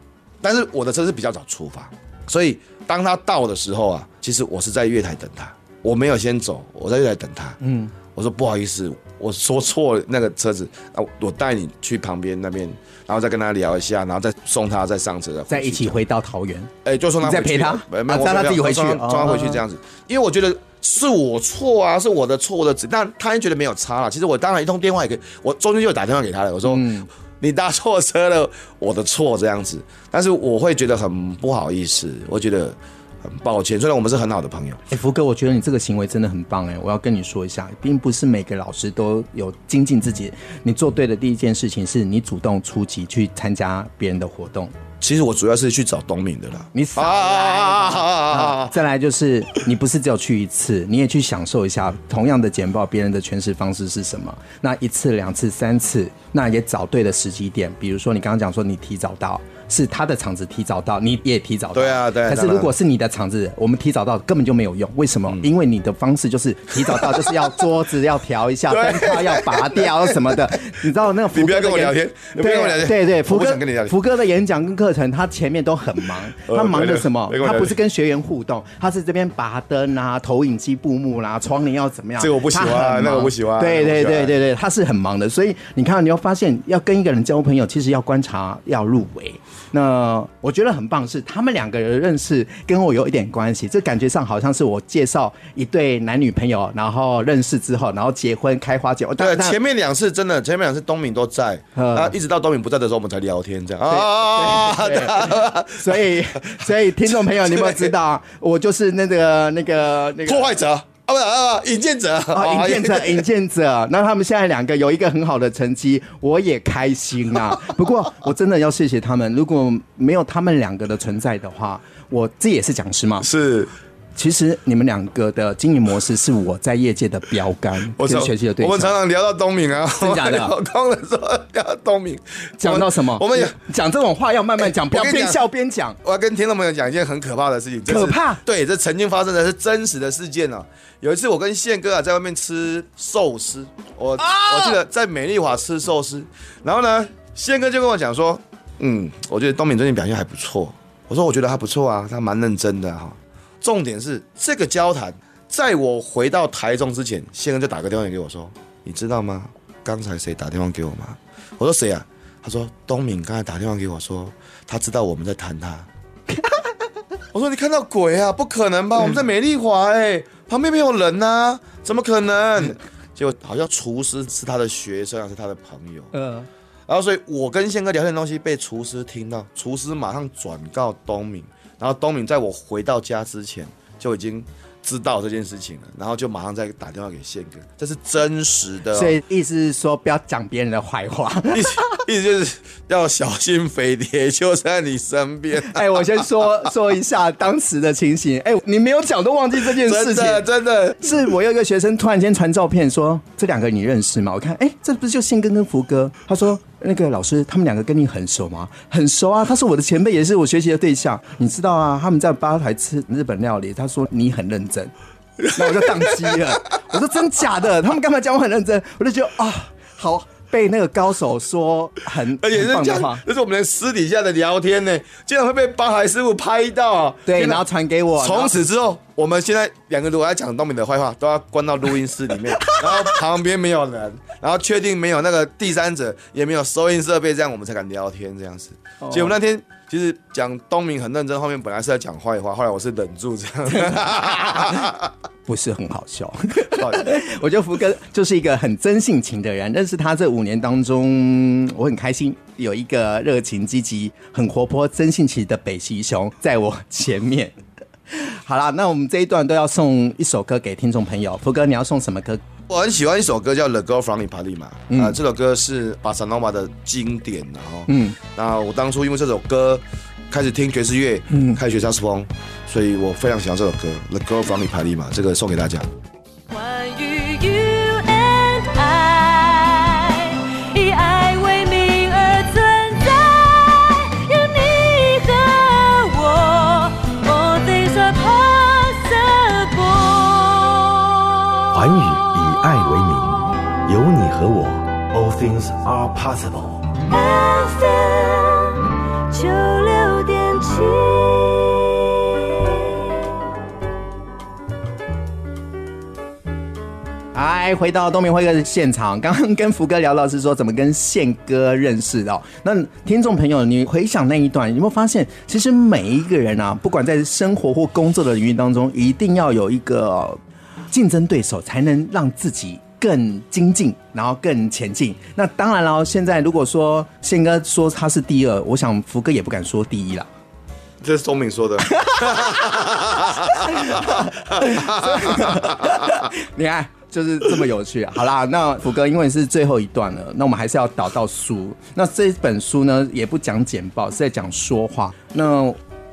[SPEAKER 3] 但是我的车是比较早出发，所以当他到的时候啊，其实我是在月台等他，我没有先走，我在月台等他，嗯，我说不好意思，我说错了那个车子，啊，我带你去旁边那边，然后再跟他聊一下，然后再送他再上车，回去
[SPEAKER 2] 再一起回到桃园，
[SPEAKER 3] 哎，就送他
[SPEAKER 2] 你再
[SPEAKER 3] 回去
[SPEAKER 2] 陪他
[SPEAKER 3] 了没没
[SPEAKER 2] 啊
[SPEAKER 3] 有，我
[SPEAKER 2] 让他
[SPEAKER 3] 没
[SPEAKER 2] 自己
[SPEAKER 3] 有
[SPEAKER 2] 回去哦
[SPEAKER 3] 送他送他回去这样子，因为我觉得是我错啊，是我的错，我的指，但他也觉得没有差了。其实我当然一通电话也可以，我中间就有打电话给他了，我说。
[SPEAKER 2] 嗯
[SPEAKER 3] 你搭错车了，我的错这样子，但是我会觉得很不好意思，我觉得很抱歉。虽然我们是很好的朋友，
[SPEAKER 2] 哎、福哥，我觉得你这个行为真的很棒哎、我要跟你说一下，并不是每个老师都有精进自己。你做对的第一件事情是你主动出击去参加别人的活动，
[SPEAKER 3] 其实我主要是去找东敏的啦。
[SPEAKER 2] 你少
[SPEAKER 3] 啊
[SPEAKER 2] 来
[SPEAKER 3] 啊啊啊 啊！
[SPEAKER 2] 再来就是，你不是只有去一次，你也去享受一下同样的简报，别人的诠释方式是什么？那一次、两次、三次，那也找对了时机点。比如说你刚刚讲说你提早到，是他的场子提早到，你也提早到。
[SPEAKER 3] 对啊对啊
[SPEAKER 2] 可是
[SPEAKER 3] 当然
[SPEAKER 2] 如果是你的场子，我们提早到根本就没有用，为什么？因为你的方式就是提早到，就是要桌子要调一下，
[SPEAKER 3] 对
[SPEAKER 2] 灯泡要拔掉什么的。你知道那个福哥
[SPEAKER 3] 你不要跟我
[SPEAKER 2] 的演
[SPEAKER 3] 聊天你不要跟我聊天
[SPEAKER 2] 对对对，
[SPEAKER 3] 我
[SPEAKER 2] 福
[SPEAKER 3] 不
[SPEAKER 2] 哥
[SPEAKER 3] 想跟你聊天
[SPEAKER 2] 福哥的演讲跟课程，他前面都很 忙，
[SPEAKER 3] 哦
[SPEAKER 2] 他忙着什么
[SPEAKER 3] 别跟？我
[SPEAKER 2] 他
[SPEAKER 3] 聊
[SPEAKER 2] 不是
[SPEAKER 3] 天
[SPEAKER 2] 跟学员互动，他是这边拔灯啊、投影机布幕啦、窗帘要怎么样？
[SPEAKER 3] 这个我不喜欢啊
[SPEAKER 2] 他很忙
[SPEAKER 3] 那个我不喜欢
[SPEAKER 2] 对
[SPEAKER 3] 那个
[SPEAKER 2] 对
[SPEAKER 3] 我不喜欢啊
[SPEAKER 2] 对对对，他是很忙的，所以你看，你要发现要跟一个人交朋友，其实要观察，要入围。那我觉得很棒，是他们两个人的认识跟我有一点关系，这感觉上好像是我介绍一对男女朋友，然后认识之后，然后结婚开花结果。
[SPEAKER 3] 对，
[SPEAKER 2] 那
[SPEAKER 3] 前面两次真的，前面两次东敏都在，
[SPEAKER 2] 嗯
[SPEAKER 3] 啊，一直到东敏不在的时候，我们才聊天这样啊。
[SPEAKER 2] 哦对所以，所以听众朋友，你有没有知 道，我就是那个、那个、那个
[SPEAKER 3] 破坏者啊，不啊，引荐者哦
[SPEAKER 2] 啊，引荐者，引荐者。那他们现在两个有一个很好的成绩，我也开心 啊。不过我真的要谢谢他们，如果没有他们两个的存在的话，我自己也是讲师嘛。
[SPEAKER 3] 是，
[SPEAKER 2] 其实你们两个的经营模式是我在业界的标杆，
[SPEAKER 3] 我
[SPEAKER 2] 跟
[SPEAKER 3] 常
[SPEAKER 2] 学习的对
[SPEAKER 3] 我们常
[SPEAKER 2] 象。
[SPEAKER 3] 常聊到东敏啊，
[SPEAKER 2] 真假的
[SPEAKER 3] 我们聊空的时候聊到东敏，
[SPEAKER 2] 讲到什么？
[SPEAKER 3] 我们也。
[SPEAKER 2] 讲这种话要慢慢讲，不要
[SPEAKER 3] 我跟你
[SPEAKER 2] 边
[SPEAKER 3] 讲
[SPEAKER 2] 笑边讲。
[SPEAKER 3] 我要跟听众朋友讲一件很可怕的事情，这是
[SPEAKER 2] 可怕
[SPEAKER 3] 对，这曾经发生的是真实的事件啊。有一次我跟宪哥啊在外面吃寿司，我、
[SPEAKER 2] 啊
[SPEAKER 3] 我记得在美丽华吃寿司，然后呢，宪哥就跟我讲说，嗯，我觉得东敏最近表现还不错。我说我觉得还不错啊，他蛮认真的哈、重点是这个交谈，在我回到台中之前，宪哥就打个电话给我说，你知道吗？刚才谁打电话给我吗？我说谁啊？他说东敏刚才打电话给我说，他知道我们在谈他。我说你看到鬼啊？不可能
[SPEAKER 2] 嗯
[SPEAKER 3] 吧？我们在美丽华哎、旁边没有人呐、怎么可能？
[SPEAKER 2] 嗯
[SPEAKER 3] 结果好像厨师是他的学生，啊还是他的朋友。
[SPEAKER 2] 呃，
[SPEAKER 3] 然后所以我跟宪哥聊天的东西被厨师听到，厨师马上转告东敏，然后东敏在我回到家之前就已经知道这件事情了，然后就马上再打电话给宪哥，这是真实的哦、
[SPEAKER 2] 所以意思是说，不要讲别人的坏话。
[SPEAKER 3] 意思意思就是要小心飞碟就在你身边。
[SPEAKER 2] 哎，我先说说一下当时的情形。哎，你没有讲，都忘记这件事
[SPEAKER 3] 真
[SPEAKER 2] 情。
[SPEAKER 3] 的真的，
[SPEAKER 2] 是我有一个学生突然间传照片说，这两个你认识吗？我看，哎，这不是就宪哥跟福哥？他说，那个老师，他们两个跟你很熟吗？很熟啊，他是我的前辈，也是我学习的对象。你知道啊，他们在吧台吃日本料理，他说你很认真，那我就宕机了。我说真假的？他们干嘛讲我很认真？我就觉得啊，好被那个高手说很
[SPEAKER 3] 而且
[SPEAKER 2] 很
[SPEAKER 3] 哎是
[SPEAKER 2] 棒
[SPEAKER 3] 这
[SPEAKER 2] 的话
[SPEAKER 3] 样，。这是我们的私底下的聊天呢，竟然会被八海师傅拍到、啊。
[SPEAKER 2] 对，
[SPEAKER 3] 天哪
[SPEAKER 2] 然后传给我，然后
[SPEAKER 3] 从此之后，我们现在两个如果要讲东敏的坏话，都要关到录音室 里面，然后旁边没有人，然后确定没有那个第三者，也没有收音设备，这样我们才敢聊天这样子。
[SPEAKER 2] 哦
[SPEAKER 3] 所以我们那天其实讲东明很认真，后面本来是在讲坏话，后来我是忍住这 样。
[SPEAKER 2] 不是很好笑。
[SPEAKER 3] 好
[SPEAKER 2] 我觉得福哥就是一个很真性情的人，认识他这五年当中，我很开心，有一个热情、积极、很活泼、真性情的北极熊在我前面。好啦，那我们这一段都要送一首歌给听众朋友。福哥，你要送什么歌？
[SPEAKER 3] 我很喜欢一首歌叫《The Girl from Ipanema》啊、这首歌是巴塞诺瓦的经典然后，嗯，那我当初因为这首歌开始听爵士乐，嗯，开始学萨克斯风，所以我非常喜欢这首歌《The Girl from Ipanema》，这个送给大家。
[SPEAKER 4] 关于 you and I，以爱为名而存在。
[SPEAKER 5] 和我，All things are possible。
[SPEAKER 4] FM 九六点七。
[SPEAKER 2] 哎，回到东明会客的现场，刚刚跟福哥聊到是说怎么跟宪哥认识的哦、那听众朋友，你回想那一段，有没有发现，其实每一个人啊，不管在生活或工作的领域当中，一定要有一个竞争对手，才能让自己。更精进，然后更前进。那当然了，现在如果说宪哥说他是第二，我想福哥也不敢说第一了。
[SPEAKER 3] 这是钟敏 说的，
[SPEAKER 2] 你看，就是这么有趣。啊好啦，那福哥，因为是最后一段了，那我们还是要导到书。那这本书呢，也不讲简报，是在讲说话。那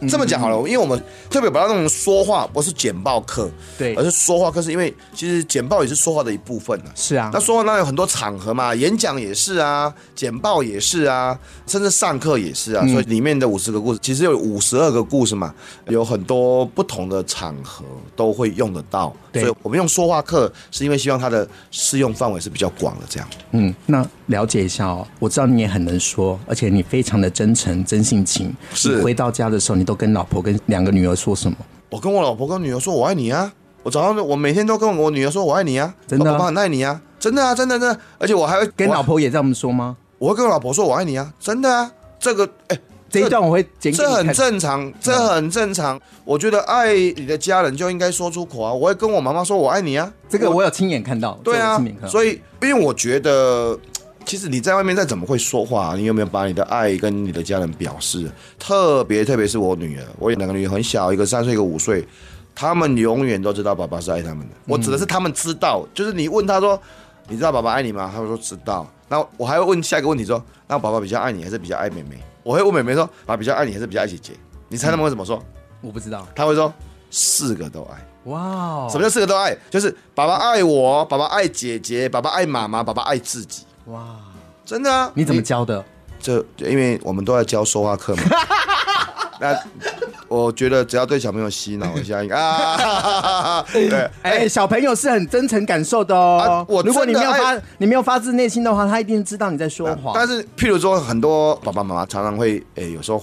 [SPEAKER 3] 这么讲好了，
[SPEAKER 2] 嗯
[SPEAKER 3] 因为我们特别把它弄成说话，不是简报课，
[SPEAKER 2] 对
[SPEAKER 3] 而是说话课，是因为其实简报也是说话的一部分啊。
[SPEAKER 2] 是啊
[SPEAKER 3] 那说话当然有很多场合嘛，演讲也是啊，简报也是啊，甚至上课也是啊。
[SPEAKER 2] 嗯
[SPEAKER 3] 所以里面的五十个故事，其实有五十二个故事嘛，有很多不同的场合都会用得到。
[SPEAKER 2] 对
[SPEAKER 3] 所以我们用说话课，是因为希望它的适用范围是比较广的，这样。
[SPEAKER 2] 嗯，那了解一下哦。我知道你也很能说，而且你非常的真诚、真性情。
[SPEAKER 3] 是
[SPEAKER 2] 你回到家的时候，你都跟老婆、跟两个女儿说什么？
[SPEAKER 3] 我跟我老婆跟女儿说我爱你啊。我早上我每天都跟我女儿说我爱你啊，
[SPEAKER 2] 真的啊
[SPEAKER 3] 我爸爸很爱你啊，真的啊，真的真的，而且我还会
[SPEAKER 2] 跟
[SPEAKER 3] 我
[SPEAKER 2] 老婆也这么说吗？
[SPEAKER 3] 我会跟我老婆说我爱你啊，真的啊，这个哎、
[SPEAKER 2] 这一段我会剪给
[SPEAKER 3] 这
[SPEAKER 2] 你看
[SPEAKER 3] 很正常，这很正常。我觉得爱你的家人就应该说出口啊，我会跟我妈妈说我爱你啊，
[SPEAKER 2] 这个我有亲眼看到，
[SPEAKER 3] 对
[SPEAKER 2] 这个我
[SPEAKER 3] 啊
[SPEAKER 2] 亲眼看，到。
[SPEAKER 3] 所以因为我觉得。其实你在外面再怎么会说话，你有没有把你的爱跟你的家人表示？特别特别是我女儿，我有两个女儿很小，一个三岁，一个五岁，他们永远都知道爸爸是爱他们的。我指的是他们知道，就是你问他说：“你知道爸爸爱你吗？”他会说：“知道。”那我还会问下一个问题说：“那爸爸比较爱你还是比较爱妹妹？”我会问妹妹说：“爸爸比较爱你还是比较爱姐姐？”你猜他们会怎么说？
[SPEAKER 2] 我不知道。
[SPEAKER 3] 他会说：“四个都爱。”
[SPEAKER 2] 哇哦，
[SPEAKER 3] 什么叫四个都爱？就是爸爸爱我，爸爸爱姐姐，爸爸爱妈妈，爸爸爱自己。
[SPEAKER 2] 哇？
[SPEAKER 3] 真的啊？
[SPEAKER 2] 你怎么教的？
[SPEAKER 3] 这因为我们都在教说话 课嘛。那我觉得只要对小朋友洗脑一下啊， 对，
[SPEAKER 2] 哎、小朋友是很真诚感受的哦
[SPEAKER 3] 啊。我
[SPEAKER 2] 如果你没有
[SPEAKER 3] 真的
[SPEAKER 2] 发
[SPEAKER 3] 爱，啊
[SPEAKER 2] 你没有发自内心的话，他一定知道你在说谎。
[SPEAKER 3] 但是，譬如说，很多爸爸妈妈常常会，诶、有时候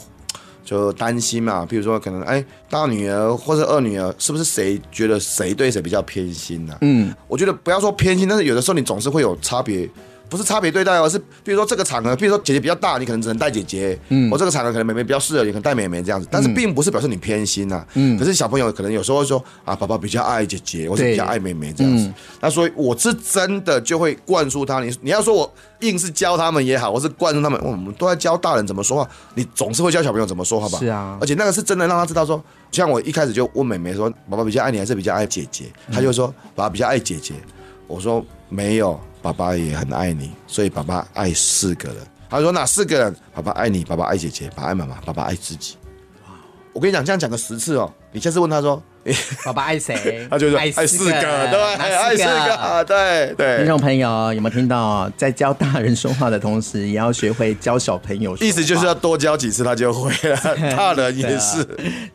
[SPEAKER 3] 就担心嘛。譬如说，可能哎、大女儿或者二女儿，是不是谁觉得谁对谁比较偏心呢、嗯，我觉得不要说偏心，但是有的时候你总是会有差别。不是差别对待哦，是比如说这个场合，比如说姐姐比较大，你可能只能带姐姐；嗯，我这个场合可能妹妹比较适合，你可能带妹妹这样子。但是并不是表示你偏心呐、嗯，可是小朋友可能有时候会说啊，爸爸比较爱姐姐，我是比较
[SPEAKER 2] 对
[SPEAKER 3] 爱妹妹这样子。
[SPEAKER 2] 嗯
[SPEAKER 3] 那所以我是真的就会灌输他，你你要说我硬是教他们也好，我是灌输他们，我们都在教大人怎么说话，你总是会教小朋友怎么说话吧？
[SPEAKER 2] 是啊
[SPEAKER 3] 而且那个是真的让他知道说，像我一开始就问妹妹说，爸爸比较爱你还是比较爱姐姐？她就说爸爸比较爱姐姐，我说没有，爸爸也很爱你，所以爸爸爱四个人。她说哪四个人？爸爸爱你，爸爸爱姐姐，爸爸爱妈妈，爸爸爱自己。我跟你讲，这样讲个十次哦，你下次问他说，诶？
[SPEAKER 2] 爸爸爱谁
[SPEAKER 3] 他就说
[SPEAKER 2] 爱
[SPEAKER 3] 哎爱四个，对，
[SPEAKER 2] 哪
[SPEAKER 3] 爱四个，对
[SPEAKER 2] 听
[SPEAKER 3] 对。
[SPEAKER 2] 众朋友有没有听到？在教大人说话的同时，也要学会教小朋友说话。
[SPEAKER 3] 意思就是要多教几次，他就会 了。大人也是，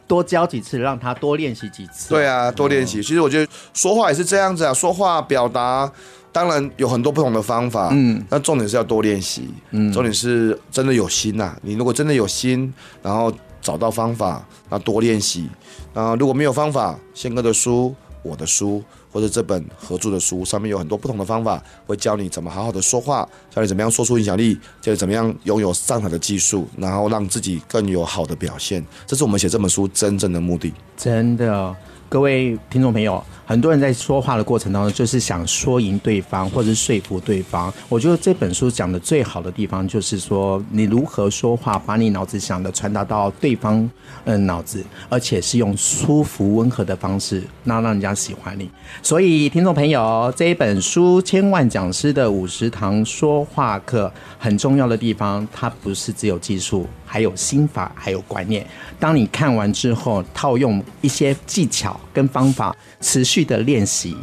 [SPEAKER 2] 多教几次，让他多练习几次。
[SPEAKER 3] 对啊，多练习。其实我觉得说话也是这样子啊，说话表达当然有很多不同的方法，嗯，那重点是要多练习，嗯，重点是真的有心呐、啊你如果真的有心，然后找到方法，那多练习。那如果没有方法，宪哥的书、我的书或者这本合著的书，上面有很多不同的方法，会教你怎么好好的说话，教你怎么样说出影响力，教你怎么样拥有上台的技术，然后让自己更有好的表现。这是我们写这本书真正的目的。
[SPEAKER 2] 真的，各位听众朋友，很多人在说话的过程当中，就是想说赢对方或者是说服对方。我觉得这本书讲的最好的地方，就是说你如何说话，把你脑子想的传达到对方嗯、呃脑子，而且是用舒服温和的方式，那让人家喜欢你。所以，听众朋友，这一本书《千万讲师的五十堂说话课》很重要的地方，它不是只有技术，还有心法，还有观念。当你看完之后，套用一些技巧跟方法，持续的练习。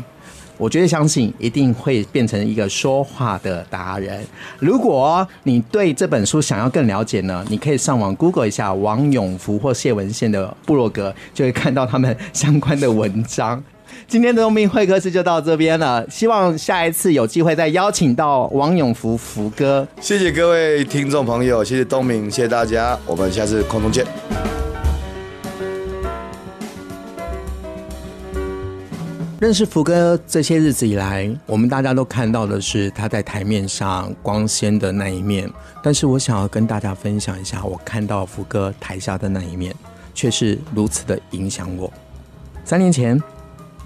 [SPEAKER 2] 我绝对相信一定会变成一个说话的达人。如果你对这本书想要更了解呢，你可以上网 Google 一下王永福或谢文宪的部落格，就会看到他们相关的文章。 今天的东明会客室就到这边了，希望下一次有机会再邀请到王永福福哥。
[SPEAKER 3] 谢谢各位听众朋友，谢谢东明，谢谢大家，我们下次空中见。
[SPEAKER 2] 认识福哥这些日子以来，我们大家都看到的是他在台面上光鲜的那一面，但是我想要跟大家分享一下，我看到福哥台下的那一面，却是如此的影响我。三年前，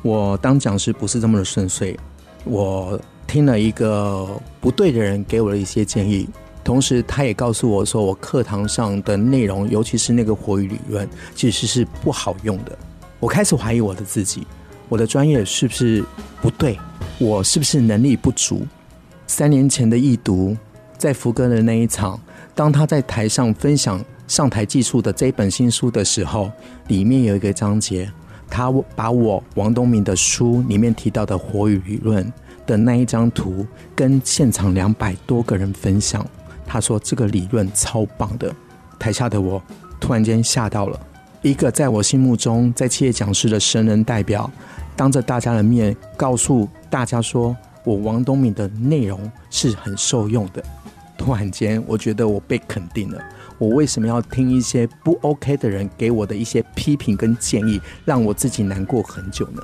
[SPEAKER 2] 我当讲师不是这么的顺遂，我听了一个不对的人给我的一些建议，同时他也告诉我说，我课堂上的内容，尤其是那个火语理论，其实是不好用的。我开始怀疑我的自己，我的专业是不是不对？我是不是能力不足？三年前的易读，在福哥的那一场，当他在台上分享上台技术的这一本新书的时候，里面有一个章节，他把我王东明的书里面提到的火语理论的那一张图，跟现场两百多个人分享。他说这个理论超棒的，台下的我突然间吓到了。一个在我心目中在企业讲师的神人代表，当着大家的面告诉大家说，我王东明的内容是很受用的。突然间，我觉得我被肯定了。我为什么要听一些不 OK 的人给我的一些批评跟建议，让我自己难过很久呢？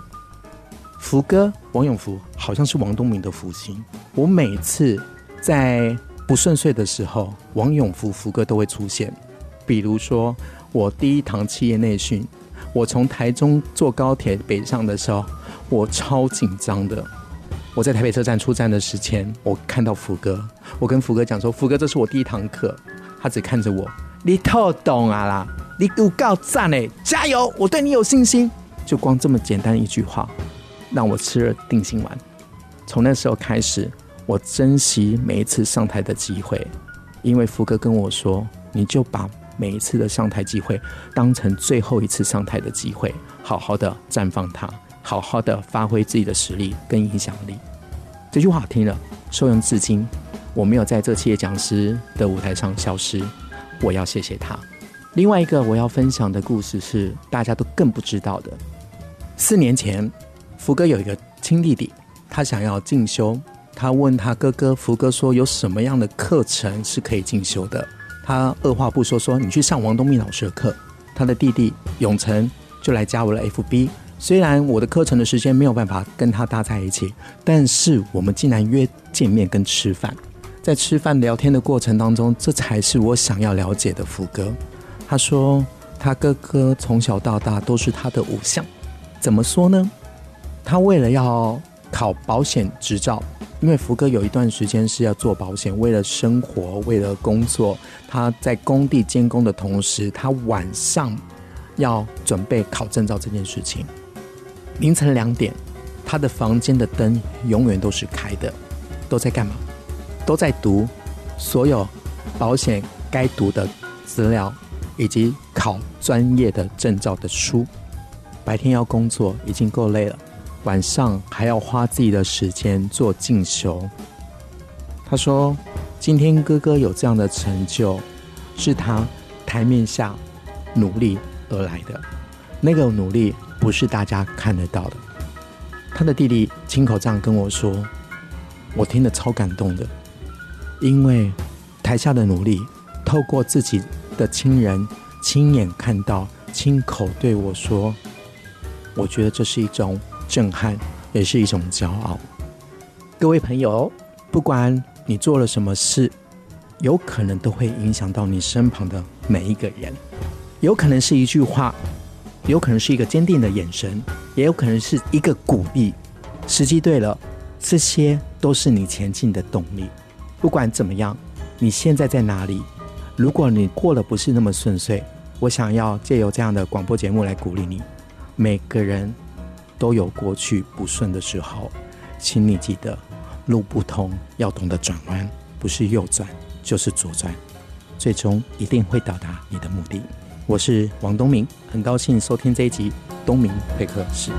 [SPEAKER 2] 福哥王永福好像是王东明的福星。我每次在不顺遂的时候，王永福福哥都会出现。比如说，我第一堂企业内训，我从台中坐高铁北上的时候，我超紧张的。我在台北车站出站的时间，我看到福哥，我跟福哥讲说：“福哥，这是我第一堂课。”他只看着我，你透懂啊啦，你有够赞嘞，加油，我对你有信心。就光这么简单一句话，让我吃了定心丸。从那时候开始，我珍惜每一次上台的机会，因为福哥跟我说：“你就把每一次的上台机会当成最后一次上台的机会，好好的绽放它，好好的发挥自己的实力跟影响力。这句话好听了，受用至今。我没有在这企业讲师的舞台上消失，我要谢谢他。另外一个我要分享的故事是大家都更不知道的。四年前，福哥有一个亲弟弟，他想要进修，他问他哥哥，福哥说有什么样的课程是可以进修的。他二话不说说你去上王东明老师的课。他的弟弟永成就来加我了 FB。虽然我的课程的时间没有办法跟他搭在一起，但是我们竟然约见面跟吃饭。在吃饭聊天的过程当中，这才是我想要了解的福哥。他说他哥哥从小到大都是他的偶像。怎么说呢？他为了要考保险执照，因为福哥有一段时间是要做保险，为了生活，为了工作，他在工地监工的同时，他晚上要准备考证照这件事情。凌晨两点，他的房间的灯永远都是开的，都在干嘛？都在读所有保险该读的资料，以及考专业的证照的书。白天要工作已经够累了，晚上还要花自己的时间做进修。他说：“今天哥哥有这样的成就，是他台面下努力而来的，那个努力不是大家看得到的。”他的弟弟亲口这样跟我说，我听得超感动的，因为台下的努力，透过自己的亲人亲眼看到，亲口对我说，我觉得这是一种震撼，也是一种骄傲。各位朋友，不管你做了什么事，有可能都会影响到你身旁的每一个人，有可能是一句话，有可能是一个坚定的眼神，也有可能是一个鼓励。时机对了，这些都是你前进的动力。不管怎么样，你现在在哪里？如果你过得不是那么顺遂，我想要借由这样的广播节目来鼓励你。每个人都有过去不顺的时候，请你记得，路不通要懂得转弯，不是右转就是左转，最终一定会到达你的目的。我是王东明，很高兴收听这一集《东明会客室》。